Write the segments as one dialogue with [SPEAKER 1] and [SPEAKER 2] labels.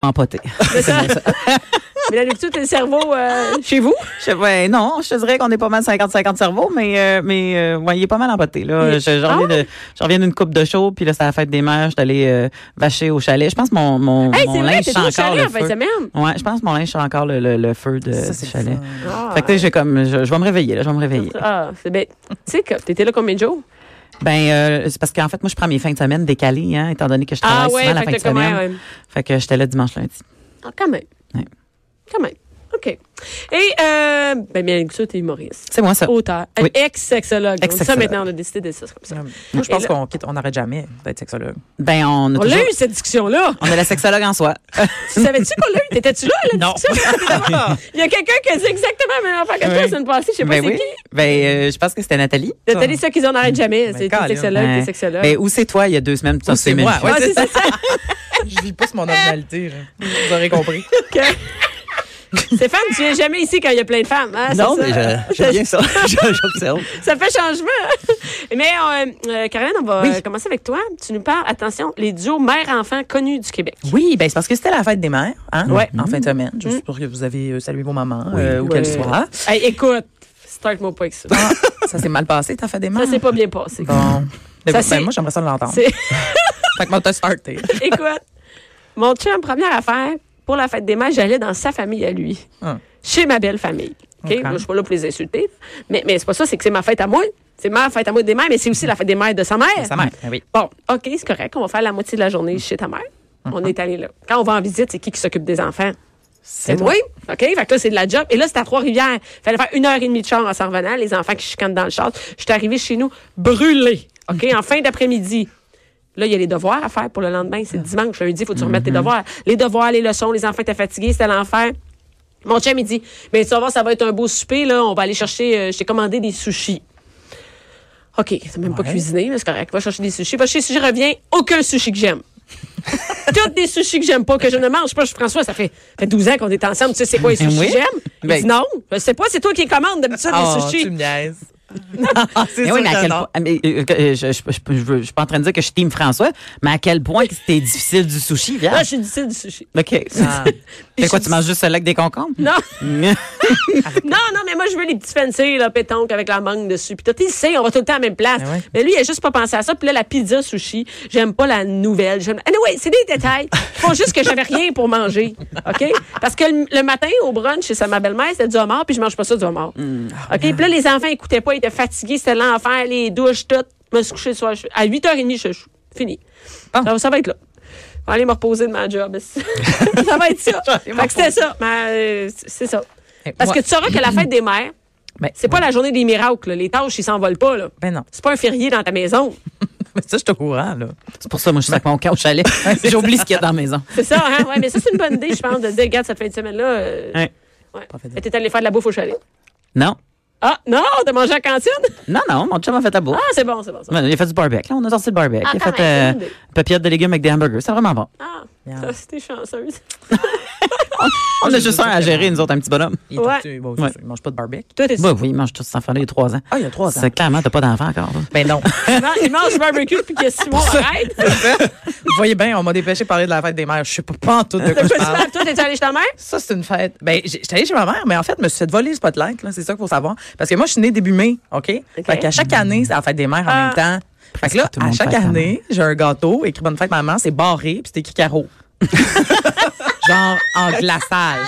[SPEAKER 1] Empoté.
[SPEAKER 2] Mais là, d'habitude, t'es le cerveau euh, chez vous.
[SPEAKER 1] Je- ouais, non, je te dirais qu'on est pas mal 50-50 cerveau, mais, euh, mais euh, ouais, il est pas mal empoté. Là.
[SPEAKER 2] Il est-
[SPEAKER 1] Je, je
[SPEAKER 2] Ah
[SPEAKER 1] reviens de- je reviens d'une coupe de chaud, puis là, c'est la fête des mères, je suis allée euh, vacher au chalet. Je pense que mon, mon,
[SPEAKER 2] Hey,
[SPEAKER 1] mon
[SPEAKER 2] c'est vrai,
[SPEAKER 1] linge
[SPEAKER 2] t'es
[SPEAKER 1] sent
[SPEAKER 2] au
[SPEAKER 1] encore
[SPEAKER 2] chalet
[SPEAKER 1] le
[SPEAKER 2] en fin de
[SPEAKER 1] feu.
[SPEAKER 2] semaine.
[SPEAKER 1] Ouais, je pense que mon linge sent encore le, le- le feu de,
[SPEAKER 3] Ça,
[SPEAKER 1] du
[SPEAKER 3] c'est
[SPEAKER 1] chalet.
[SPEAKER 3] le fun.
[SPEAKER 2] Ah,
[SPEAKER 1] Fait que tu sais, j'ai comme, je, je vais me réveiller, là, je vais me réveiller.
[SPEAKER 2] ah, c'est bête. Tu sais, que t'étais là combien de jours?
[SPEAKER 1] Ben, euh, c'est parce qu'en fait, moi, je prends mes fins de semaine décalées, hein, étant donné que je travaille
[SPEAKER 2] Ah ouais,
[SPEAKER 1] souvent
[SPEAKER 2] fait
[SPEAKER 1] la fin
[SPEAKER 2] que
[SPEAKER 1] de
[SPEAKER 2] t'as quand
[SPEAKER 1] semaine.
[SPEAKER 2] même.
[SPEAKER 1] Fait que j'étais là dimanche, lundi.
[SPEAKER 2] Ah, quand même.
[SPEAKER 1] Ouais.
[SPEAKER 2] Quand même. OK. Et, euh, ben, bien sûr, t'es humoriste.
[SPEAKER 1] C'est moi, ça.
[SPEAKER 2] Auteur.
[SPEAKER 1] Oui.
[SPEAKER 2] Ex-sexologue. On dit Ça,
[SPEAKER 1] Ex-sexologue.
[SPEAKER 2] maintenant, on a décidé de ça c'est comme ça.
[SPEAKER 3] Moi, je pense
[SPEAKER 2] là-
[SPEAKER 3] qu'on quitte, on n'arrête jamais d'être sexologue.
[SPEAKER 1] Ben, on a,
[SPEAKER 2] On
[SPEAKER 1] toujours-
[SPEAKER 2] l'a eu, cette discussion-là.
[SPEAKER 1] on a la sexologue en soi.
[SPEAKER 2] tu savais-tu qu'on l'a eu? T'étais-tu là, la
[SPEAKER 3] Non.
[SPEAKER 2] discussion? Il y a quelqu'un qui a dit exactement la même affaire que toi,
[SPEAKER 1] Oui.
[SPEAKER 2] c'est une passée. Je sais pas
[SPEAKER 1] Ben
[SPEAKER 2] c'est
[SPEAKER 1] oui.
[SPEAKER 2] qui.
[SPEAKER 1] Ben, euh, je pense que c'était Nathalie.
[SPEAKER 2] Nathalie, ça qu'ils en arrêtent jamais.
[SPEAKER 3] Ben,
[SPEAKER 2] C'est t'es
[SPEAKER 3] câlin.
[SPEAKER 2] sexologue,
[SPEAKER 1] Ouais.
[SPEAKER 2] t'es sexologue.
[SPEAKER 1] Ben, où c'est toi il y a deux semaines? tu t'en
[SPEAKER 3] Où c'est
[SPEAKER 1] souviens
[SPEAKER 3] moi?
[SPEAKER 1] même plus.
[SPEAKER 3] Ouais,
[SPEAKER 2] Ah, c'est ça.
[SPEAKER 3] Je vis pas sur mon originalité. là. Vous aurez compris.
[SPEAKER 2] Stéphane, tu viens jamais ici quand il y a plein de femmes. Hein,
[SPEAKER 4] Non,
[SPEAKER 2] c'est
[SPEAKER 4] mais
[SPEAKER 2] ça?
[SPEAKER 4] je- j'aime bien ça. Je- J'observe.
[SPEAKER 2] Ça fait changement. hein. Mais euh, euh, Caroline, on va
[SPEAKER 1] Oui.
[SPEAKER 2] euh, commencer avec toi. Tu nous parles, attention, les duos mère-enfant connus du Québec.
[SPEAKER 3] Oui, ben c'est parce que c'était la fête des mères, hein?
[SPEAKER 2] Ouais.
[SPEAKER 3] En fin de semaine. Je suppose que vous avez euh, salué vos mamans, euh,
[SPEAKER 2] Mm.
[SPEAKER 3] où
[SPEAKER 2] Ouais.
[SPEAKER 3] qu'elles soient.
[SPEAKER 2] Hey, écoute, start-moi pas avec ça.
[SPEAKER 3] Ah, ça s'est mal passé, ta fête des mères?
[SPEAKER 2] Ça s'est pas bien passé.
[SPEAKER 3] Bon. Ben,
[SPEAKER 2] Ça s'est-
[SPEAKER 3] ben, moi, j'aimerais ça l'entendre.
[SPEAKER 2] C'est-
[SPEAKER 3] Fait que moi, t'as starté.
[SPEAKER 2] écoute, mon chum, première affaire, pour la fête des mères, j'allais dans sa famille à lui,
[SPEAKER 3] Hum.
[SPEAKER 2] chez ma belle famille. OK?
[SPEAKER 3] Ok.
[SPEAKER 2] Moi, je suis pas là pour les insulter, mais, mais c'est pas ça, c'est que c'est ma fête à moi. C'est ma fête à moi des mères, mais c'est aussi la fête des mères de sa mère.
[SPEAKER 3] Ça mère. Ben oui.
[SPEAKER 2] Bon, OK, c'est correct. On va faire la moitié de la journée chez ta mère. On est allé là. Quand on va en visite, c'est qui qui s'occupe des enfants? C'est moi. OK? Fait que là, c'est de la job. Et là, c'est à Trois-Rivières. Fallait faire une heure et demie de char en s'en revenant. Les enfants qui chicanent dans le char. Je suis arrivée chez nous brûlée. OK? En fin d'après-midi. Là, il y a les devoirs à faire pour le lendemain. C'est dimanche, lundi, il faut que tu remettes tes devoirs. Les devoirs, les leçons, les enfants étaient fatigués, c'était l'enfer. Mon chum, il dit, mais tu vas voir, ça va être un beau souper, là. On va aller chercher, euh, je t'ai commandé des sushis. OK, c'est même pas cuisiné, mais c'est correct. Va chercher des sushis. Va chercher des sushis, je reviens, aucun sushi que j'aime. Toutes des sushis que j'aime pas, que je ne mange pas. Je suis François, ça fait, fait 12 ans qu'on est ensemble. Tu sais, c'est quoi les
[SPEAKER 1] Ben
[SPEAKER 2] sushis
[SPEAKER 1] oui.
[SPEAKER 2] que j'aime? Il
[SPEAKER 1] Ben-
[SPEAKER 2] dit non. Je sais pas, c'est toi qui les commandes d'habitude,
[SPEAKER 3] Oh,
[SPEAKER 2] les sushis.
[SPEAKER 3] tu me niaises. c'est
[SPEAKER 1] Mais oui,
[SPEAKER 3] sûr
[SPEAKER 1] mais à
[SPEAKER 3] que
[SPEAKER 1] quel
[SPEAKER 3] non.
[SPEAKER 1] point. mais, euh, que, euh, je ne suis pas en train de dire que je suis team François, mais à quel point que c'était difficile du sushi,
[SPEAKER 2] Là, Ah,
[SPEAKER 1] vierge.
[SPEAKER 2] je suis difficile du sushi.
[SPEAKER 1] OK.
[SPEAKER 3] Ah.
[SPEAKER 1] Fait quoi, tu manges juste le lac des concombres?
[SPEAKER 2] Non.
[SPEAKER 1] Mmh.
[SPEAKER 2] Non, non, mais moi, je veux les petits fancy, là, pétanque avec la mangue dessus. Puis tout, il sait, on va tout le temps à la même place.
[SPEAKER 3] Ah ouais.
[SPEAKER 2] Mais lui, il a juste pas pensé à ça. Puis là, la pizza sushi, j'aime pas la nouvelle. J'aime... Anyway, c'est des détails. Ils font juste que j'avais rien pour manger. OK? Parce que le, le matin, au brunch, chez sa- ma belle-mère, c'était du homard, puis je mange pas ça du homard. OK? Puis là, les enfants écoutaient pas, ils étaient fatigués, c'était l'enfer, les douches, tout. Je me suis couché le soir. je- À 8h30, je suis fini.
[SPEAKER 3] Ah.
[SPEAKER 2] Ça, va- ça va être là. Je vais aller me reposer de ma job. ça va être ça. Fait que c'était ça. Mais, euh, c'est ça.
[SPEAKER 3] Eh,
[SPEAKER 2] Parce
[SPEAKER 3] moi-
[SPEAKER 2] que tu sauras que la fête des mères,
[SPEAKER 3] Ben,
[SPEAKER 2] c'est pas la journée des miracles. là. Les tâches, ils s'envolent pas. Là.
[SPEAKER 3] Ben non.
[SPEAKER 2] C'est pas un férié dans ta maison.
[SPEAKER 3] Mais ça, je suis au courant, là.
[SPEAKER 1] C'est pour ça, moi, je suis avec mon camp au chalet. J'oublie ce qu'il y a dans la maison.
[SPEAKER 2] C'est ça, hein? Ouais, mais ça, c'est une bonne idée, je pense, de dire, regarde, cette fin de semaine-là. euh,
[SPEAKER 1] Hein?
[SPEAKER 2] ouais.
[SPEAKER 3] Pas fait de-
[SPEAKER 2] Mais T'es allé faire de la bouffe au chalet.
[SPEAKER 1] Non.
[SPEAKER 2] Ah, non, t'as mangé à la cantine?
[SPEAKER 1] Non, non, mon chum a fait la bouffe.
[SPEAKER 2] Ah, c'est bon, c'est bon. Ça.
[SPEAKER 1] Ouais, Il a fait du barbecue. là. on a sorti le barbecue.
[SPEAKER 2] Ah,
[SPEAKER 1] il a
[SPEAKER 2] quand
[SPEAKER 1] fait
[SPEAKER 2] même,
[SPEAKER 1] euh,
[SPEAKER 2] c'est une idée.
[SPEAKER 1] une papillote de légumes avec des hamburgers. C'est vraiment bon.
[SPEAKER 2] Ah,
[SPEAKER 3] Bien.
[SPEAKER 2] ça, c'était chanceuse.
[SPEAKER 1] On
[SPEAKER 3] je
[SPEAKER 1] a juste
[SPEAKER 3] veux
[SPEAKER 1] un
[SPEAKER 3] dire
[SPEAKER 1] à
[SPEAKER 3] que
[SPEAKER 1] gérer,
[SPEAKER 3] non.
[SPEAKER 1] nous autres, un petit bonhomme.
[SPEAKER 3] Il, est
[SPEAKER 2] Ouais.
[SPEAKER 3] habitué. Bon, c'est
[SPEAKER 1] Ouais.
[SPEAKER 3] sûr, il mange pas de barbecue.
[SPEAKER 2] Toi, t'es
[SPEAKER 1] Bah oui, il mange tous ses enfants. là, Il a trois ans.
[SPEAKER 3] Ah, il y a trois ans.
[SPEAKER 1] C'est clairement, t'as pas d'enfant encore. là.
[SPEAKER 3] Ben non.
[SPEAKER 2] Non, il mange du barbecue depuis qu'il y a six mois. Arrête!
[SPEAKER 3] Vous voyez bien, on m'a dépêché de parler de la fête des mères. Je sais pas, pas en tout de quoi
[SPEAKER 2] Quoi,
[SPEAKER 3] je
[SPEAKER 2] tu
[SPEAKER 3] parle.
[SPEAKER 2] fais? Toi, t'es allé chez ta mère?
[SPEAKER 3] Ça, c'est une fête. Ben, j'ai- j'étais allée chez ma mère, mais en fait, je me suis fait voler le spotlight, là. C'est ça qu'il faut savoir. Parce que moi, je suis née début mai, OK? Fait qu'à chaque année, c'est la fête des mères en
[SPEAKER 2] Ah.
[SPEAKER 3] même temps. Fait que là,
[SPEAKER 1] tout le
[SPEAKER 3] à
[SPEAKER 1] monde
[SPEAKER 3] chaque
[SPEAKER 1] fête sa
[SPEAKER 3] année, j'ai un gâteau, écrit Bonne fête, maman, c'est barré, puis c'est écrit carreau. Genre en glaçage.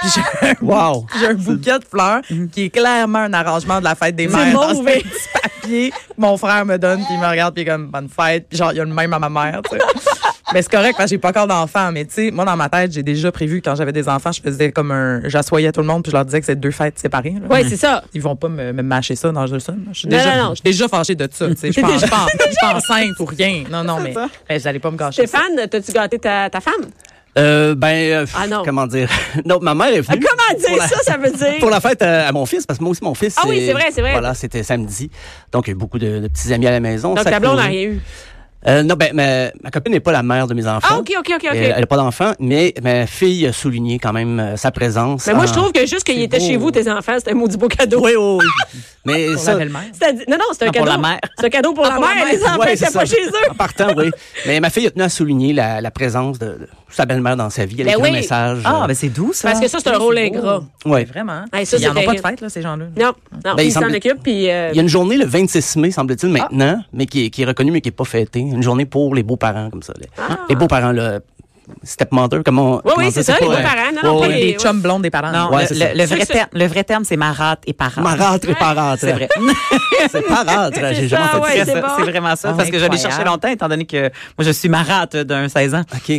[SPEAKER 3] Puis j'ai un,
[SPEAKER 4] Wow.
[SPEAKER 3] puis j'ai un bouquet de fleurs qui est clairement un arrangement de la fête des mères. dans ce
[SPEAKER 2] Mm. mauvais.
[SPEAKER 3] petit papier que mon frère me donne, puis il me regarde, puis il est comme Bonne fête. Puis genre, il y a le même à ma mère, tu sais. Mais c'est correct parce que j'ai pas encore d'enfants. Mais tu sais, moi, dans ma tête, j'ai déjà prévu quand j'avais des enfants, je faisais comme un. J'assoyais tout le monde, puis je leur disais que c'est deux fêtes séparées. là.
[SPEAKER 2] Oui, c'est ça.
[SPEAKER 3] Ils vont pas me, me mâcher ça dans le sol. Je suis
[SPEAKER 2] Non,
[SPEAKER 3] déjà,
[SPEAKER 2] non, non.
[SPEAKER 3] je suis déjà fâchée de ça. tu sais. Je suis pas, je suis pas- je suis pas enceinte ou rien. Non, non, mais, mais vous ben, allez pas me gâcher. ça.
[SPEAKER 2] Stéphane, t'as-tu gâté ta, ta femme?
[SPEAKER 4] Euh, ben, euh,
[SPEAKER 2] Ah non.
[SPEAKER 4] comment dire? Non, ma mère est venue.
[SPEAKER 2] Ah, Comment dire
[SPEAKER 4] pour la-
[SPEAKER 2] ça, ça veut dire?
[SPEAKER 4] Pour la fête euh, à mon fils, parce que moi aussi, mon fils.
[SPEAKER 2] Ah oui, c'est vrai, c'est vrai.
[SPEAKER 4] Voilà, c'était samedi. Donc, il y a eu beaucoup de, de petits amis à la maison.
[SPEAKER 2] Donc,
[SPEAKER 4] ça
[SPEAKER 2] la blonde n'a
[SPEAKER 4] courait.
[SPEAKER 2] rien eu.
[SPEAKER 4] Euh, non, ben, ma, ma copine n'est pas la mère de mes enfants.
[SPEAKER 2] Ah,
[SPEAKER 4] Euh,
[SPEAKER 2] OK, OK, OK, OK.
[SPEAKER 4] Elle n'a pas d'enfant, mais ma fille a souligné quand même euh, sa présence.
[SPEAKER 2] Mais Ben, moi,
[SPEAKER 4] en-
[SPEAKER 2] je trouve que juste qu'il
[SPEAKER 4] c'est
[SPEAKER 2] était
[SPEAKER 4] beau.
[SPEAKER 2] chez vous, tes enfants, c'était un maudit beau cadeau.
[SPEAKER 4] Oui, oui, oui. mais
[SPEAKER 3] Pour
[SPEAKER 4] ça,
[SPEAKER 3] la belle-mère.
[SPEAKER 2] C'est-à-dire- Non, non, c'est un
[SPEAKER 1] Ah, pour
[SPEAKER 2] cadeau.
[SPEAKER 1] la mère.
[SPEAKER 2] C'est un cadeau pour la
[SPEAKER 4] pour la
[SPEAKER 2] mère.
[SPEAKER 4] mère.
[SPEAKER 2] Les enfants
[SPEAKER 4] Ouais,
[SPEAKER 2] n'étaient
[SPEAKER 4] c'est
[SPEAKER 2] pas
[SPEAKER 4] ça. Ah,
[SPEAKER 2] chez eux.
[SPEAKER 4] En partant, oui. Mais ma fille a tenu à souligner la, la présence de, de sa belle-mère dans sa vie. Elle a
[SPEAKER 2] Ben
[SPEAKER 4] écrit
[SPEAKER 2] oui.
[SPEAKER 4] un message.
[SPEAKER 1] Ah,
[SPEAKER 4] euh,
[SPEAKER 1] ben c'est doux, ça.
[SPEAKER 2] Parce que ça, c'est un rôle ingrat.
[SPEAKER 4] ouais.
[SPEAKER 3] Vraiment.
[SPEAKER 2] Hey, ça,
[SPEAKER 3] Ils
[SPEAKER 2] c'est
[SPEAKER 3] n'en ont pas de
[SPEAKER 2] terrible.
[SPEAKER 3] fête, là, ces gens-là.
[SPEAKER 2] Non, non,
[SPEAKER 4] Ben, il
[SPEAKER 2] ils s'en
[SPEAKER 4] semble-
[SPEAKER 2] occupent, puis... euh,
[SPEAKER 4] Il y a une journée le 26 mai, semble-t-il,
[SPEAKER 2] Ah.
[SPEAKER 4] maintenant, mais qui est, qui est reconnue, mais qui n'est pas fêtée. Une journée pour les beaux-parents, comme ça. Les, les beaux-parents, le stepmother, comme on.
[SPEAKER 2] Ah. Oui,
[SPEAKER 4] comment
[SPEAKER 2] oui,
[SPEAKER 4] on
[SPEAKER 2] c'est
[SPEAKER 4] dit,
[SPEAKER 2] ça, les
[SPEAKER 4] pas, euh,
[SPEAKER 2] beaux-parents. Non, non,
[SPEAKER 4] ouais,
[SPEAKER 2] pas
[SPEAKER 4] ouais.
[SPEAKER 2] les-
[SPEAKER 3] Les chums blondes des parents.
[SPEAKER 1] Non,
[SPEAKER 4] Ouais,
[SPEAKER 1] le,
[SPEAKER 4] c'est
[SPEAKER 1] le-
[SPEAKER 4] ça.
[SPEAKER 1] le vrai
[SPEAKER 2] Ceux que-
[SPEAKER 1] terme, le vrai terme, c'est marâtre et parent.
[SPEAKER 4] Marâtre et parâtre.
[SPEAKER 1] C'est vrai.
[SPEAKER 4] C'est parâtre.
[SPEAKER 2] C'est
[SPEAKER 4] J'ai
[SPEAKER 2] ça,
[SPEAKER 4] jamais entendu
[SPEAKER 2] ouais,
[SPEAKER 4] ça.
[SPEAKER 1] C'est
[SPEAKER 2] bon.
[SPEAKER 1] c'est vraiment ça,
[SPEAKER 3] Ah,
[SPEAKER 1] parce que je l'ai
[SPEAKER 3] incroyable.
[SPEAKER 1] cherché longtemps, étant donné que moi, je suis marâtre d'un 16 ans.
[SPEAKER 4] OK.
[SPEAKER 2] Ouais,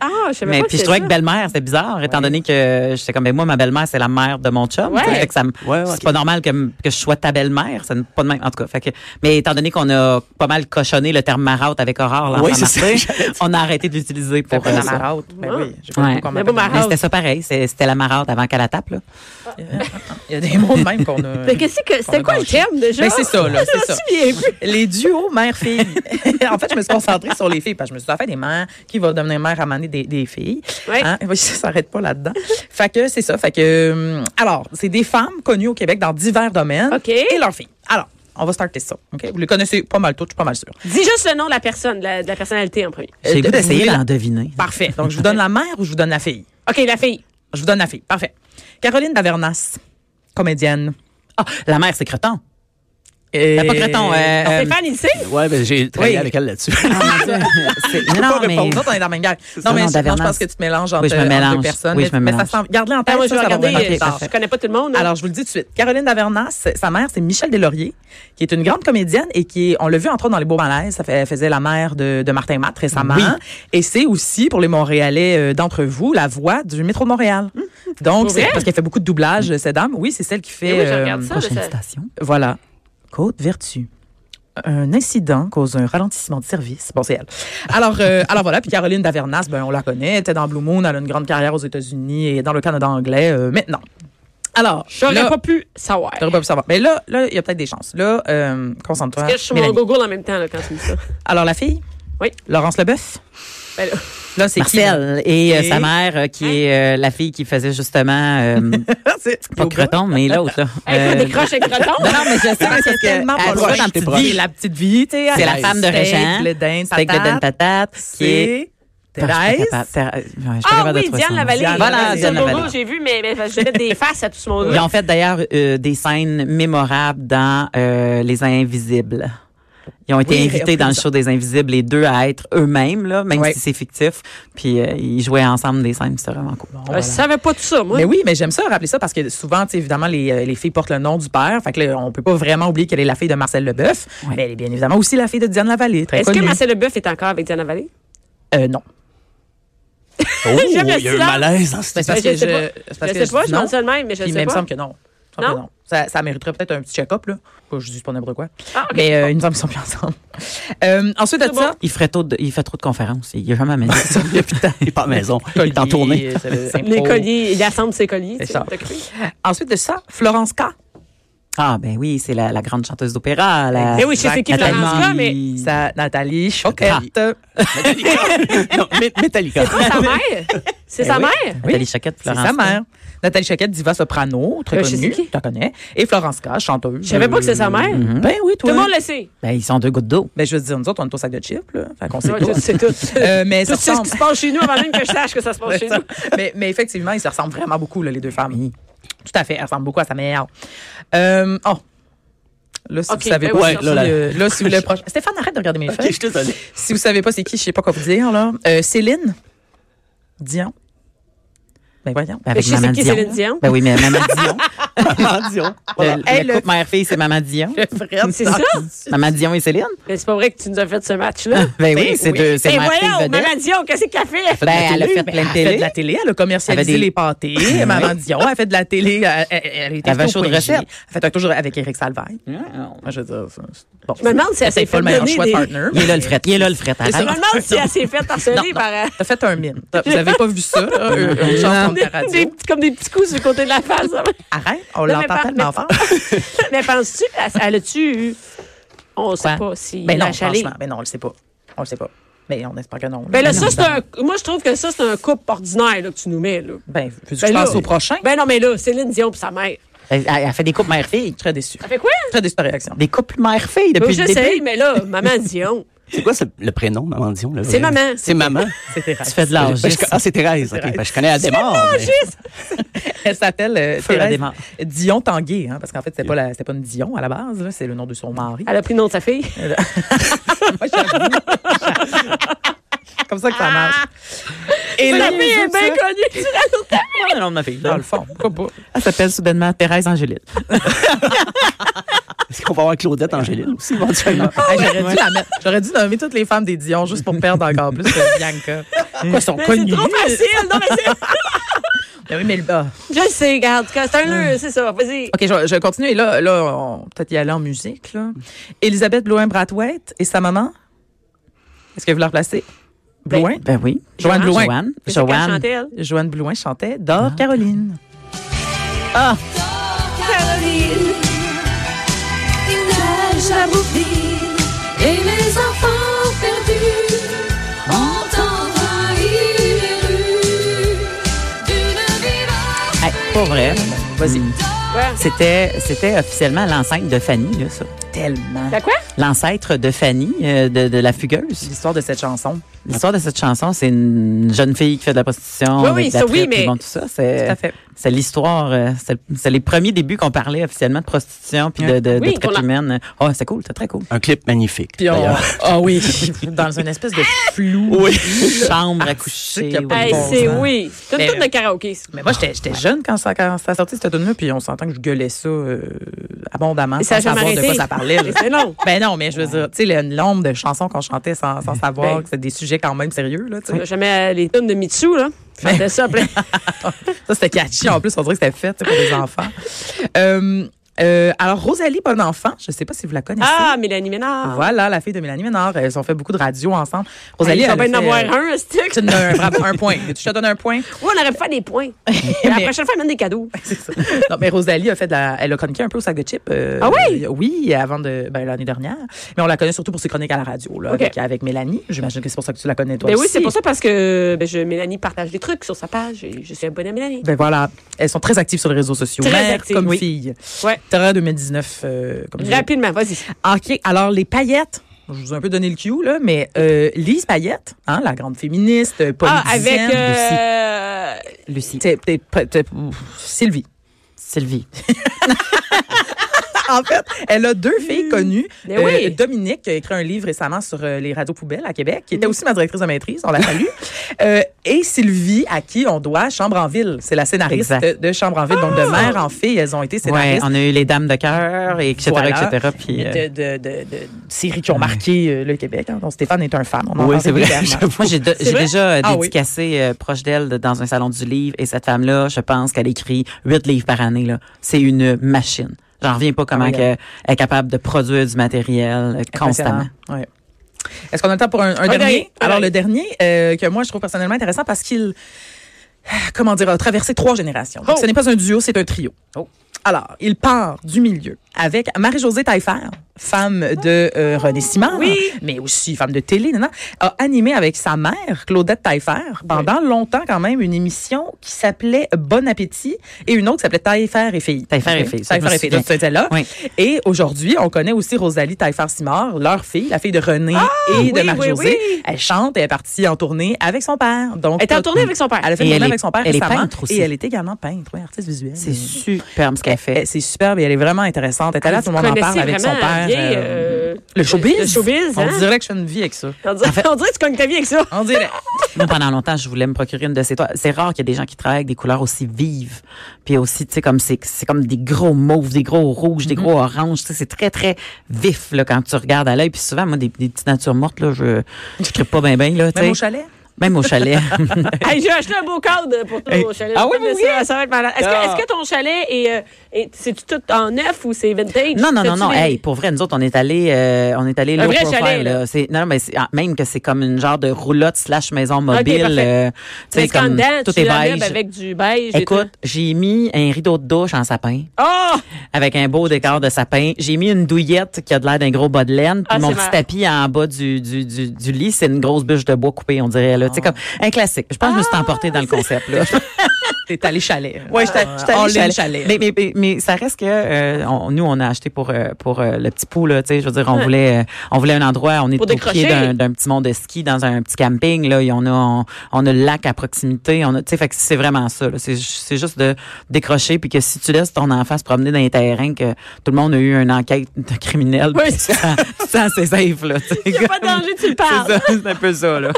[SPEAKER 2] ah, je savais
[SPEAKER 1] Mais
[SPEAKER 2] pas
[SPEAKER 1] puis
[SPEAKER 2] que
[SPEAKER 1] je trouvais
[SPEAKER 2] c'était
[SPEAKER 1] que
[SPEAKER 2] ça.
[SPEAKER 1] belle-mère, c'était bizarre, étant donné que j'étais comme, ben moi, ma belle-mère, c'est la mère de mon chum.
[SPEAKER 2] Ouais.
[SPEAKER 1] tu sais, fait que ça me-
[SPEAKER 4] Ouais, ouais,
[SPEAKER 1] c'est
[SPEAKER 4] ok.
[SPEAKER 1] pas normal que, m- que je sois ta belle-mère. C'est pas de même, en tout cas. Fait que, mais étant donné qu'on a pas mal cochonné le terme marâtre avec horreur, là, en
[SPEAKER 4] Oui,
[SPEAKER 1] Saint-Martin,
[SPEAKER 4] c'est ça, j'allais dire.
[SPEAKER 1] on a arrêté de l'utiliser pour euh,
[SPEAKER 3] Pour la
[SPEAKER 1] ça.
[SPEAKER 3] maraude. Ben oui. j'ai
[SPEAKER 1] Ouais.
[SPEAKER 3] compris comment
[SPEAKER 2] Mais bon,
[SPEAKER 3] on appelle
[SPEAKER 1] Mais c'était ça pareil, c'est- c'était la marâtre avant qu'elle la tape. Là.
[SPEAKER 3] ça. Il y a des mots de même qu'on a.
[SPEAKER 2] Mais qu'est-ce que... C'était
[SPEAKER 3] a
[SPEAKER 2] quoi le
[SPEAKER 3] gâché.
[SPEAKER 2] terme, déjà?
[SPEAKER 3] Ben, c'est ça, là, c'est
[SPEAKER 2] Je
[SPEAKER 3] ça.
[SPEAKER 2] m'en souviens plus.
[SPEAKER 3] Les duos mère-fille. en fait, je me suis concentrée sur les filles parce que je me suis dit, en fait, des mères qui vont devenir mère à maner des, des filles.
[SPEAKER 2] Ouais.
[SPEAKER 3] Hein? Oui, Ça s'arrête pas là-dedans. fait que c'est ça. Fait que, hum, alors, c'est des femmes connues au Québec dans divers domaines
[SPEAKER 2] OK.
[SPEAKER 3] et leurs filles. Alors, on va starter ça. OK? Vous les connaissez pas mal toutes, je suis pas mal sûre.
[SPEAKER 2] Dis juste le nom de la personne, de la, de la personnalité en premier.
[SPEAKER 1] J'ai
[SPEAKER 3] Euh,
[SPEAKER 1] le goût
[SPEAKER 3] vous
[SPEAKER 1] d'essayer
[SPEAKER 3] voulez la-
[SPEAKER 1] d'en deviner.
[SPEAKER 3] Parfait. Donc, je vous donne la mère ou je vous donne la fille?
[SPEAKER 2] OK, la fille.
[SPEAKER 3] Je vous donne la fille. Parfait. Caroline Davernas, comédienne.
[SPEAKER 1] Ah, la mère, c'est Creton.
[SPEAKER 3] Et...
[SPEAKER 1] Euh, Pas Creton. euh, euh,
[SPEAKER 2] Stéphane, il le sait?
[SPEAKER 4] Ouais, ben, j'ai travaillé
[SPEAKER 3] Oui.
[SPEAKER 4] avec elle là-dessus. Oh,
[SPEAKER 1] Ah, c'est-
[SPEAKER 3] Non,
[SPEAKER 1] non,
[SPEAKER 3] mais...
[SPEAKER 1] mais...
[SPEAKER 3] Nous autres, on est dans la même guerre. Non,
[SPEAKER 1] ça.
[SPEAKER 3] mais
[SPEAKER 1] Non,
[SPEAKER 3] je, non, je
[SPEAKER 1] Davernance.
[SPEAKER 3] pense que tu te mélanges entre, euh,
[SPEAKER 1] Oui, je me
[SPEAKER 3] entre
[SPEAKER 1] mélange.
[SPEAKER 3] deux personnes.
[SPEAKER 1] Oui,
[SPEAKER 3] mais,
[SPEAKER 1] je me
[SPEAKER 3] mais
[SPEAKER 1] mélange.
[SPEAKER 3] ça s'en... Garde-la en tête.
[SPEAKER 2] Ah, moi, je vais
[SPEAKER 3] Ben, ça, ça va
[SPEAKER 2] regarder.
[SPEAKER 3] revenir plus
[SPEAKER 2] euh,
[SPEAKER 3] tard.
[SPEAKER 2] Je connais pas tout le monde. là.
[SPEAKER 3] Alors, je vous le dis tout de suite. Caroline Davernas, sa mère, c'est Michel Deslauriers, qui est une grande comédienne et qui est, on l'a vu entre autres dans Les Beaux Malaises, ça fait- elle faisait la mère de, de Martin Matt récemment. Et c'est aussi, pour les Montréalais euh, d'entre vous, la voix du métro de Montréal.
[SPEAKER 1] Mmh.
[SPEAKER 3] Donc,
[SPEAKER 2] Pour
[SPEAKER 3] c'est
[SPEAKER 2] vrai?
[SPEAKER 3] parce qu'elle fait beaucoup de doublage, euh, cette dame. Oui, c'est celle qui fait.
[SPEAKER 2] Mais oui, je
[SPEAKER 3] euh,
[SPEAKER 2] regarde ça.
[SPEAKER 1] Prochaine
[SPEAKER 2] je sais.
[SPEAKER 1] station,
[SPEAKER 3] voilà.
[SPEAKER 1] Côte-Vertu.
[SPEAKER 3] Un incident cause un ralentissement de service. Bon, c'est elle. Alors, euh, alors voilà. Puis Caroline Davernas, ben, on la connaît. Elle était dans Blue Moon. Elle a une grande carrière aux États-Unis et dans le Canada anglais euh, maintenant. Alors,
[SPEAKER 2] J'aurais
[SPEAKER 3] là-
[SPEAKER 2] pas pu savoir.
[SPEAKER 3] T'aurais pas pu savoir. Mais là, là, il y a peut-être des chances. Là, euh, concentre-toi.
[SPEAKER 2] Parce que je suis sur mon
[SPEAKER 3] Mélanie.
[SPEAKER 2] Google en même temps là, quand tu me dis ça.
[SPEAKER 3] Alors, la fille?
[SPEAKER 2] Oui.
[SPEAKER 3] Laurence Leboeuf?
[SPEAKER 2] Ben là.
[SPEAKER 3] Là, c'est qui? là?
[SPEAKER 1] Marcel et euh,
[SPEAKER 3] Et-
[SPEAKER 1] sa mère euh, qui est euh, la fille qui faisait justement euh,
[SPEAKER 3] c'est
[SPEAKER 1] pas Creton mais l'autre là.
[SPEAKER 2] Hey, toi,
[SPEAKER 1] Euh,
[SPEAKER 2] décroche avec Creton.
[SPEAKER 3] Non, mais je sais, mais c'est
[SPEAKER 1] que
[SPEAKER 3] tellement
[SPEAKER 1] elle
[SPEAKER 3] pas
[SPEAKER 1] joue
[SPEAKER 3] loin.
[SPEAKER 1] dans
[SPEAKER 3] T'es
[SPEAKER 1] Petite
[SPEAKER 3] proche.
[SPEAKER 1] Vie,
[SPEAKER 3] la petite vie, tu sais.
[SPEAKER 1] c'est la femme de Régent.
[SPEAKER 3] Le dain,
[SPEAKER 1] Steak, le dinde, patate. Qui est.
[SPEAKER 3] C'est
[SPEAKER 1] Ah, je suis
[SPEAKER 3] Thérèse.
[SPEAKER 1] pas capable. Thérèse. Ouais, je suis pas
[SPEAKER 2] Ah
[SPEAKER 1] capable de
[SPEAKER 2] oui,
[SPEAKER 1] trouver
[SPEAKER 2] Diane
[SPEAKER 1] son nom.
[SPEAKER 2] Lavallée.
[SPEAKER 1] Voilà,
[SPEAKER 3] Lavallée.
[SPEAKER 1] Diane
[SPEAKER 2] Sur Google,
[SPEAKER 1] Lavallée.
[SPEAKER 2] j'ai vu, mais mais, je mets des faces à tout ce monde-là.
[SPEAKER 1] Ils ont fait d'ailleurs euh, des scènes mémorables dans euh, Les Invisibles. Ils ont été
[SPEAKER 3] Oui,
[SPEAKER 1] invités dans le show des Invisibles, les deux, à être eux-mêmes, là, même
[SPEAKER 3] Ouais.
[SPEAKER 1] si c'est fictif. Puis euh, ils jouaient ensemble des scènes, c'était vraiment cool.
[SPEAKER 2] Ah, Je savais pas tout ça, moi.
[SPEAKER 3] Mais oui, mais j'aime ça rappeler ça parce que souvent, tu sais, évidemment, les, euh, les filles portent le nom du père. Fait que là, on peut pas vraiment oublier qu'elle est la fille de Marcel Leboeuf.
[SPEAKER 1] Ouais.
[SPEAKER 3] Mais elle est bien évidemment aussi la fille de Diane Lavallée. Très
[SPEAKER 2] Est-ce que
[SPEAKER 3] connue.
[SPEAKER 2] Marcel Leboeuf est encore avec Diana Vallée?
[SPEAKER 3] Euh, non.
[SPEAKER 4] Oh,
[SPEAKER 2] J'aime
[SPEAKER 4] il
[SPEAKER 2] le
[SPEAKER 4] y a eu
[SPEAKER 2] silence.
[SPEAKER 4] un malaise dans cette
[SPEAKER 2] Ben,
[SPEAKER 3] parce
[SPEAKER 2] je sais
[SPEAKER 3] que je-
[SPEAKER 2] pas.
[SPEAKER 3] c'est parce
[SPEAKER 2] je
[SPEAKER 3] que
[SPEAKER 2] sais pas,
[SPEAKER 3] dis
[SPEAKER 2] je
[SPEAKER 3] non.
[SPEAKER 2] pense ça de même, mais je
[SPEAKER 3] Puis
[SPEAKER 2] sais
[SPEAKER 3] il me
[SPEAKER 2] pas.
[SPEAKER 3] semble que non. Il me semble
[SPEAKER 2] Non?
[SPEAKER 3] que non. Ça, ça mériterait peut-être un petit check-up, là. Pas, je dis pas n'importe quoi.
[SPEAKER 2] Ah, ok.
[SPEAKER 3] Mais euh, il me semble qu'ils sont plus ensemble. Euh, ensuite de
[SPEAKER 2] C'est
[SPEAKER 3] ça.
[SPEAKER 1] Il, ferait trop de- il fait trop de conférences. Il n'y a jamais amené.
[SPEAKER 4] Il est pas à la maison. Il est en
[SPEAKER 3] collier,
[SPEAKER 4] tournée.
[SPEAKER 3] euh, ça veut dire
[SPEAKER 2] Les
[SPEAKER 3] impro.
[SPEAKER 2] colliers, il assemble ses colliers.
[SPEAKER 3] C'est
[SPEAKER 2] tu sais,
[SPEAKER 3] ça.
[SPEAKER 2] t'as cru?
[SPEAKER 3] Ensuite de ça, Florence K.
[SPEAKER 1] Ah, ben oui, c'est la, la grande chanteuse d'opéra. La...
[SPEAKER 2] Eh oui, je sais qui
[SPEAKER 1] Nathalie.
[SPEAKER 2] Florence K, mais
[SPEAKER 3] Ça, Nathalie Choquette.
[SPEAKER 4] Metallica. Non, Met- Metallica.
[SPEAKER 2] c'est sa mère. C'est sa mère.
[SPEAKER 1] Nathalie Choquette,
[SPEAKER 3] C'est
[SPEAKER 1] Florence.
[SPEAKER 3] sa mère. Nathalie Choquette, diva soprano, très
[SPEAKER 2] Euh, je sais
[SPEAKER 3] connue,
[SPEAKER 2] qui.
[SPEAKER 3] tu la connais. Et Florence K, chanteuse.
[SPEAKER 2] Je savais pas que c'est sa mère.
[SPEAKER 3] Ben oui,
[SPEAKER 2] Tout
[SPEAKER 3] toi.
[SPEAKER 2] le monde le sait.
[SPEAKER 1] Ben, ils sont deux gouttes d'eau.
[SPEAKER 3] Ben, je veux te dire, nous autres, on est au sac de chips, là. Fait qu'on sait
[SPEAKER 2] Ouais,
[SPEAKER 3] tout.
[SPEAKER 2] je sais tout.
[SPEAKER 3] Euh, mais
[SPEAKER 2] Tout
[SPEAKER 3] ça
[SPEAKER 2] ce
[SPEAKER 3] ressemble.
[SPEAKER 2] qui se passe chez nous avant même que je sache que ça se passe chez
[SPEAKER 3] Ça.
[SPEAKER 2] nous.
[SPEAKER 3] mais, mais effectivement, ils se ressemblent vraiment beaucoup, là, les deux femmes. Tout à fait. Elles ressemblent beaucoup à sa mère. Euh, oh. Là, si
[SPEAKER 2] Ok,
[SPEAKER 3] vous savez
[SPEAKER 2] ben
[SPEAKER 3] pas,
[SPEAKER 2] oui,
[SPEAKER 3] c'est
[SPEAKER 4] ouais,
[SPEAKER 3] qui,
[SPEAKER 4] là, là.
[SPEAKER 3] euh, là, si vous voulez proche- Stéphane, arrête de regarder mes
[SPEAKER 4] Ok, je
[SPEAKER 3] feuilles.
[SPEAKER 4] suis désolé.
[SPEAKER 3] Si vous savez pas c'est qui, je sais pas quoi vous dire, là. Euh, Céline. Dion. Ben, voyons.
[SPEAKER 1] Ben, avec
[SPEAKER 2] Je sais
[SPEAKER 1] Maman
[SPEAKER 2] qui
[SPEAKER 1] Dion.
[SPEAKER 2] Céline Dion.
[SPEAKER 1] Ben oui, mais Maman Dion.
[SPEAKER 4] Maman Dion. Voilà.
[SPEAKER 1] Le,
[SPEAKER 3] Hey,
[SPEAKER 1] le
[SPEAKER 3] le-
[SPEAKER 1] couple mère-fille, c'est Maman Dion.
[SPEAKER 2] C'est ça?
[SPEAKER 1] Maman Dion et Céline.
[SPEAKER 2] Mais c'est pas vrai que tu nous as fait ce match-là.
[SPEAKER 1] Ben oui, c'est deux. C'est
[SPEAKER 2] Et
[SPEAKER 1] mère-fille
[SPEAKER 2] voilà,
[SPEAKER 1] vedette.
[SPEAKER 2] Maman Dion, qu'est-ce qu'elle fait?
[SPEAKER 1] Ben, elle a fait plein de
[SPEAKER 3] Elle a fait de
[SPEAKER 1] télé.
[SPEAKER 3] la télé, elle a commercialisé
[SPEAKER 1] Elle avait des- Ben
[SPEAKER 3] les pâtés, Maman Dion, elle a fait de la télé, euh, elle, elle, elle était
[SPEAKER 1] Elle avait
[SPEAKER 3] au
[SPEAKER 1] chaud de
[SPEAKER 3] point G.
[SPEAKER 1] recette.
[SPEAKER 3] Elle fait toujours avec Eric Salvaille.
[SPEAKER 1] Il
[SPEAKER 3] Moi, je veux dire, c'est- c'est- bon,
[SPEAKER 2] Je me demande si elle
[SPEAKER 3] c'est
[SPEAKER 2] s'est
[SPEAKER 3] pas
[SPEAKER 2] fait
[SPEAKER 3] le meilleur
[SPEAKER 2] donner
[SPEAKER 3] choix
[SPEAKER 2] des-
[SPEAKER 3] de partner.
[SPEAKER 1] est là le fret. Il est là le fret.
[SPEAKER 2] Je me
[SPEAKER 1] Arrête.
[SPEAKER 2] demande si elle s'est fait harceler
[SPEAKER 3] Ah Non,
[SPEAKER 2] par euh,
[SPEAKER 3] T'as fait un mime. T'as- Vous avez pas vu ça, là? Une une chance contre
[SPEAKER 2] des,
[SPEAKER 3] la radio.
[SPEAKER 2] des petits- comme des petits coups sur le côté de la face.
[SPEAKER 3] Arrête, on
[SPEAKER 2] Non, mais
[SPEAKER 3] l'entend
[SPEAKER 2] par-
[SPEAKER 3] tellement
[SPEAKER 2] mais-
[SPEAKER 1] Ben
[SPEAKER 3] fort.
[SPEAKER 2] mais penses-tu, elle- elle a-tu eu. On sait
[SPEAKER 3] Quoi?
[SPEAKER 2] pas si.
[SPEAKER 3] Ben
[SPEAKER 2] elle a
[SPEAKER 3] non,
[SPEAKER 2] chalé.
[SPEAKER 3] franchement, ben non, on le sait pas. On le sait pas. Mais on espère que non.
[SPEAKER 2] Ben là,
[SPEAKER 3] Non,
[SPEAKER 2] ça, c'est
[SPEAKER 3] ben-
[SPEAKER 2] un. Moi, je trouve que ça, c'est un couple ordinaire là, que tu nous mets. Là.
[SPEAKER 3] Ben, veux-tu que
[SPEAKER 2] Ben
[SPEAKER 3] je
[SPEAKER 2] là-
[SPEAKER 3] pense au prochain?
[SPEAKER 2] Ben non, mais là, Céline Dion et sa mère.
[SPEAKER 1] Elle elle fait des couples mère-fille.
[SPEAKER 3] Très déçu.
[SPEAKER 2] Ça fait quoi?
[SPEAKER 3] Très déçu de ta réaction.
[SPEAKER 1] Des couples mère-fille
[SPEAKER 2] Ben,
[SPEAKER 1] depuis
[SPEAKER 2] je
[SPEAKER 1] le début.
[SPEAKER 2] sais, mais là, Maman Dion.
[SPEAKER 4] C'est quoi ce- le prénom, Maman Dion? là?
[SPEAKER 2] C'est Maman.
[SPEAKER 4] C'est Maman.
[SPEAKER 3] C'était
[SPEAKER 1] Tu fais de l'âge.
[SPEAKER 4] Ben, je- ah, c'est Thérèse. OK, ben, je connais Adémar. mais-
[SPEAKER 3] Elle s'appelle euh,
[SPEAKER 1] Feu la
[SPEAKER 3] Thérèse
[SPEAKER 1] démarre.
[SPEAKER 3] Dion Tanguay, hein, parce qu'en fait, c'était pas, la- c'était pas une Dion à la base, là, c'est le nom de son mari.
[SPEAKER 1] Ah.
[SPEAKER 2] Elle a pris le nom de sa fille.
[SPEAKER 3] Comme ça que ça marche. Et
[SPEAKER 2] Sa
[SPEAKER 3] là,
[SPEAKER 2] fille est bien connue. tu la notes.
[SPEAKER 1] C'est Ah! le nom de ma fille.
[SPEAKER 3] dans le fond, pourquoi pas?
[SPEAKER 1] Elle s'appelle soudainement Thérèse Angélite.
[SPEAKER 4] Est-ce qu'on va avoir Claudette Angéline aussi, éventuellement?
[SPEAKER 3] Hey, j'aurais, dû la mettre- j'aurais dû nommer toutes les femmes des Dion juste pour perdre encore plus que Bianca. Quoi, sont
[SPEAKER 2] Mais C'est trop facile. Non, mais c'est.
[SPEAKER 3] Ah oui, mais le bas.
[SPEAKER 2] Je sais, regarde. quand C'est un leurre, c'est ça. Vas-y.
[SPEAKER 3] Hum. OK, je, je continue. Et là, là on peut-être y aller en musique. Là. Elisabeth Blouin-Brathwaite et sa maman. Est-ce que vous la replacez? Blouin?
[SPEAKER 1] Ben oui.
[SPEAKER 3] Joanne Blouin.
[SPEAKER 1] Joanne.
[SPEAKER 2] Mais c'est quand elle
[SPEAKER 1] Joanne.
[SPEAKER 2] chantait, elle.
[SPEAKER 3] Joanne Blouin chantait Dors Caroline.
[SPEAKER 1] Ah,
[SPEAKER 5] Caroline, il neige à Bouville et les enfants perdus entendent envahir les rues d'une vivace.
[SPEAKER 1] hey, pas vrai. Vas-y.
[SPEAKER 2] Ouais.
[SPEAKER 1] C'était, c'était officiellement l'ancêtre de Fanny, là, ça.
[SPEAKER 3] Tellement.
[SPEAKER 2] T'as quoi?
[SPEAKER 1] L'ancêtre de Fanny, euh, de, de la fugueuse.
[SPEAKER 3] L'histoire de cette chanson.
[SPEAKER 1] L'histoire de cette chanson, c'est une jeune fille qui fait de la prostitution.
[SPEAKER 2] Oui,
[SPEAKER 1] avec
[SPEAKER 2] oui,
[SPEAKER 1] de la
[SPEAKER 2] ça, oui,
[SPEAKER 1] traite,
[SPEAKER 2] mais-
[SPEAKER 1] et bon, tout ça, c'est,
[SPEAKER 3] Tout à fait.
[SPEAKER 1] c'est l'histoire. euh, C'est, c'est les premiers débuts qu'on parlait officiellement de prostitution puis de, de, de
[SPEAKER 2] Oui,
[SPEAKER 1] traite
[SPEAKER 2] qu'on a-
[SPEAKER 1] humaine. Oh, c'est cool, c'est très cool.
[SPEAKER 4] Un clip magnifique.
[SPEAKER 3] Puis on-
[SPEAKER 4] d'ailleurs.
[SPEAKER 3] Ah oui. Dans une espèce de flou.
[SPEAKER 4] Oui.
[SPEAKER 1] Chambre à
[SPEAKER 3] Ah, c'est qu'il y
[SPEAKER 1] coucher.
[SPEAKER 3] a pas
[SPEAKER 1] oui.
[SPEAKER 3] de
[SPEAKER 2] Hey,
[SPEAKER 3] bon
[SPEAKER 2] c'est
[SPEAKER 3] sens.
[SPEAKER 2] oui. C'est
[SPEAKER 3] Mais-
[SPEAKER 2] une toute de karaoké. ça.
[SPEAKER 3] Mais moi, j'étais j'étais jeune quand ça, quand ça a sorti, cette tune-là, puis on s'entend que je gueulais ça euh, abondamment
[SPEAKER 2] Et ça
[SPEAKER 3] sans
[SPEAKER 2] a jamais
[SPEAKER 3] savoir de
[SPEAKER 2] arrêté.
[SPEAKER 3] quoi ça parlait. là.
[SPEAKER 2] Mais C'est long.
[SPEAKER 3] Ben non, mais je veux dire, tu sais, le nombre de chansons qu'on chantait sans, sans savoir
[SPEAKER 2] Ben.
[SPEAKER 3] que c'était des sujets quand même sérieux, là, tu sais.
[SPEAKER 2] On a Jamais euh, les tunes de Mitsu, là. Chantait ça en plein.
[SPEAKER 3] Ça, c'était catchy. En plus, on dirait que c'était fait tu sais, pour les enfants. Euh, euh, alors, Rosalie Bonenfant, je sais pas si vous la connaissez.
[SPEAKER 2] Ah, Mélanie Ménard.
[SPEAKER 3] Voilà, la fille de Mélanie Ménard. Elles ont fait beaucoup de radio ensemble.
[SPEAKER 2] Rosalie,
[SPEAKER 3] Rosalie,
[SPEAKER 2] il Ben, va
[SPEAKER 3] elle
[SPEAKER 2] bien en
[SPEAKER 3] a fait,
[SPEAKER 2] avoir
[SPEAKER 3] euh,
[SPEAKER 2] un, stick.
[SPEAKER 3] tu en as un, bravo, un point. Tu te donnes un point?
[SPEAKER 2] Ouais, on aurait pu faire des points. Mais la prochaine fois, amène des cadeaux.
[SPEAKER 3] C'est ça. Non, mais Rosalie a fait de la, elle a chroniqué un peu au sac de chips. euh,
[SPEAKER 2] Ah oui?
[SPEAKER 3] euh, Oui, avant de, ben, l'année dernière. Mais on la connaît surtout pour ses chroniques à la radio, là,
[SPEAKER 2] OK.
[SPEAKER 3] avec, avec Mélanie. J'imagine que c'est pour ça que tu la connais, toi
[SPEAKER 2] Ben oui,
[SPEAKER 3] aussi.
[SPEAKER 2] c'est pour ça parce que ben, je, Mélanie partage des trucs sur sa page et je suis abonnée à Mélanie.
[SPEAKER 3] Ben voilà. Elles sont très actives sur les réseaux sociaux.
[SPEAKER 2] Très
[SPEAKER 3] Mère
[SPEAKER 2] actives,
[SPEAKER 3] comme
[SPEAKER 2] oui.
[SPEAKER 3] fille.
[SPEAKER 2] Ouais.
[SPEAKER 3] Terreur 2019, euh, comme dirait
[SPEAKER 2] Mm. Rapidement, vas-y.
[SPEAKER 3] OK. Alors, les paillettes. Je vous ai un peu donné le cue, là, mais euh, Lise Payette, hein, la grande féministe, euh,
[SPEAKER 2] Ah,
[SPEAKER 3] politicienne.
[SPEAKER 2] avec euh,
[SPEAKER 1] Lucie.
[SPEAKER 3] T'es- t'es- t'es- t'es- ouf, Sylvie.
[SPEAKER 1] Sylvie.
[SPEAKER 3] En fait, elle a deux filles connues. Euh,
[SPEAKER 2] Mais oui.
[SPEAKER 3] Dominique qui a écrit un livre récemment sur euh, les radios poubelles à Québec, qui était aussi ma directrice de maîtrise, on l'a salue. Euh, et Sylvie, à qui on doit Chambre en ville. C'est la scénariste
[SPEAKER 1] Exact.
[SPEAKER 3] de Chambre en ville. Donc, de mère en fille, elles ont été
[SPEAKER 1] Ouais,
[SPEAKER 3] scénaristes.
[SPEAKER 1] on a eu les dames de cœur, et etc.,
[SPEAKER 3] Voilà.
[SPEAKER 1] etc. Puis, euh,
[SPEAKER 3] de, de, de, de séries qui ont marqué euh, le Québec. hein. Donc, Stéphane est un fan. On en
[SPEAKER 4] Oui,
[SPEAKER 3] parle
[SPEAKER 4] c'est vrai.
[SPEAKER 3] régulièrement.
[SPEAKER 1] Moi, j'ai de- j'ai
[SPEAKER 3] vrai?
[SPEAKER 1] déjà euh,
[SPEAKER 3] Ah oui.
[SPEAKER 1] dédicacé euh, proche d'elle de- dans un salon du livre et cette femme-là, je pense qu'elle écrit huit livres par année. là. C'est une machine. J'en reviens pas comment
[SPEAKER 3] Ah oui,
[SPEAKER 1] qu'elle- elle est capable de produire du matériel euh, constamment.
[SPEAKER 3] Ouais. Est-ce qu'on a le temps pour un, un dernier?
[SPEAKER 2] dernier, un
[SPEAKER 3] Alors,
[SPEAKER 2] dernier.
[SPEAKER 3] le dernier, euh, que moi, je trouve personnellement intéressant parce qu'il, ah, comment dire, a traversé trois générations. Donc,
[SPEAKER 2] Oh.
[SPEAKER 3] ce n'est pas un duo, c'est un trio.
[SPEAKER 1] Oh.
[SPEAKER 3] Alors, il part du milieu avec Marie-Josée Taillefer, femme de euh, René Simard,
[SPEAKER 2] Oui.
[SPEAKER 3] mais aussi femme de télé, nanan, a animé avec sa mère, Claudette Taillefer, pendant longtemps quand même, une émission qui s'appelait Bon Appétit et une autre qui s'appelait Taillefer et Filles.
[SPEAKER 1] Taillefer et Filles, ça, je
[SPEAKER 3] Taillefer
[SPEAKER 1] me
[SPEAKER 3] et Filles,
[SPEAKER 1] souviens.
[SPEAKER 3] donc, c'était là.
[SPEAKER 1] Oui.
[SPEAKER 3] Et aujourd'hui, on connaît aussi Rosalie Taillefer-Simard, leur fille, la fille de René et de
[SPEAKER 2] oui,
[SPEAKER 3] Marie-Josée.
[SPEAKER 2] oui, oui.
[SPEAKER 3] Elle chante et elle est partie en tournée avec son père. Donc, euh,
[SPEAKER 2] Elle était en tournée avec son père.
[SPEAKER 3] Elle a fait
[SPEAKER 1] Et
[SPEAKER 3] une
[SPEAKER 1] elle
[SPEAKER 3] tournée
[SPEAKER 1] est-
[SPEAKER 3] avec son père
[SPEAKER 1] elle est
[SPEAKER 3] récemment.
[SPEAKER 1] peintre aussi.
[SPEAKER 3] Et elle est également peintre, oui, artiste visuelle. Euh,
[SPEAKER 1] C'est superbe ce qu'elle à fait.
[SPEAKER 3] Elle- C'est superbe et elle est vraiment intéressante. Elle est allée à tout le monde en parle avec son père. euh, le showbiz.
[SPEAKER 2] Le showbiz, hein?
[SPEAKER 3] On dirait que je fais une vie avec ça.
[SPEAKER 2] On dirait, on dirait que tu cognes ta vie avec ça.
[SPEAKER 3] On dirait.
[SPEAKER 1] Moi, pendant longtemps, je voulais me procurer une de ces toiles. C'est rare qu'il y ait des gens qui travaillent avec des couleurs aussi vives. Puis aussi, tu sais, comme c'est, c'est comme des gros mauves, des gros rouges,
[SPEAKER 3] Mm-hmm.
[SPEAKER 1] des gros oranges. Tu sais, c'est très, très vif, là, quand tu regardes à l'œil. Puis souvent, moi, des, des petites natures mortes, là, je, je trippe pas bien, bien, là, tu sais.
[SPEAKER 3] Même au chalet.
[SPEAKER 1] Même au chalet.
[SPEAKER 2] Hey, j'ai acheté un beau cadre pour ton chalet.
[SPEAKER 3] ah
[SPEAKER 2] Je
[SPEAKER 3] oui,
[SPEAKER 2] connais
[SPEAKER 3] oui,
[SPEAKER 2] ça,
[SPEAKER 3] oui.
[SPEAKER 2] ça va être malade. Est-ce que,
[SPEAKER 3] Ah.
[SPEAKER 2] est-ce que ton chalet est, euh, est- c'est-tu tout en neuf ou c'est vintage?
[SPEAKER 1] Non, non, non,
[SPEAKER 2] T'as-tu
[SPEAKER 1] non.
[SPEAKER 2] des-
[SPEAKER 1] Hey, pour vrai, nous autres, on est allés, euh, on est allés
[SPEAKER 2] Un
[SPEAKER 1] low
[SPEAKER 2] vrai
[SPEAKER 1] profile,
[SPEAKER 2] chalet, là.
[SPEAKER 1] là. C'est, non, mais c'est- ah, même que c'est comme une genre de roulotte slash maison
[SPEAKER 2] Ok,
[SPEAKER 1] mobile.
[SPEAKER 2] parfait.
[SPEAKER 1] euh, tu sais,
[SPEAKER 2] Mais quand
[SPEAKER 1] comme
[SPEAKER 2] dedans,
[SPEAKER 1] tout
[SPEAKER 2] tu
[SPEAKER 1] est
[SPEAKER 2] la meubles
[SPEAKER 1] beige.
[SPEAKER 2] avec du beige. et
[SPEAKER 1] Écoute,
[SPEAKER 2] tout.
[SPEAKER 1] j'ai mis un rideau de douche en sapin.
[SPEAKER 2] Oh!
[SPEAKER 1] avec un beau décor de sapin. J'ai mis une douillette qui a de l'air d'un gros bas de laine. Puis
[SPEAKER 2] Ah,
[SPEAKER 1] mon
[SPEAKER 2] c'est
[SPEAKER 1] petit
[SPEAKER 2] marrant.
[SPEAKER 1] tapis en bas du, du, du, du lit, c'est une grosse bûche de bois coupée, on dirait. Là. Tu sais,
[SPEAKER 2] Ah.
[SPEAKER 1] comme un classique. Je pense que je me suis emportée dans le concept. Là.
[SPEAKER 3] T'es allé chalet.
[SPEAKER 1] Ouais, j'étais
[SPEAKER 3] allée chalet.
[SPEAKER 1] Mais, mais, mais, mais ça reste que euh, on- nous, on a acheté pour euh, pour euh, le petit pot là. Tu sais, je veux dire, on voulait euh, on voulait un endroit. On est
[SPEAKER 2] Pour
[SPEAKER 1] au pied
[SPEAKER 2] décrocher.
[SPEAKER 1] d'un d'un petit mont de ski dans un petit camping là. Et on a on, on a le lac à proximité. On a tu sais, fait que c'est vraiment ça. là. C'est ju- c'est juste de décrocher puis que si tu laisses ton enfant se promener dans les terrains que tout le monde a eu une enquête de criminel.
[SPEAKER 2] Oui.
[SPEAKER 1] puis tu te sens- tu te sens assez safe là. Il
[SPEAKER 2] y a pas de danger, tu le parles.
[SPEAKER 1] C'est ça, c'est un peu ça là.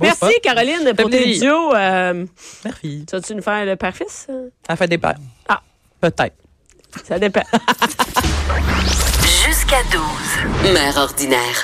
[SPEAKER 2] Merci, Caroline, pour tes
[SPEAKER 3] plaisir.
[SPEAKER 2] duos. Euh,
[SPEAKER 3] Merci.
[SPEAKER 2] tu vas-tu nous faire le père-fils?
[SPEAKER 3] Ça fait des pères.
[SPEAKER 2] Ah.
[SPEAKER 3] Peut-être.
[SPEAKER 2] Ça dépend.
[SPEAKER 6] Jusqu'à 12. Mère ordinaire.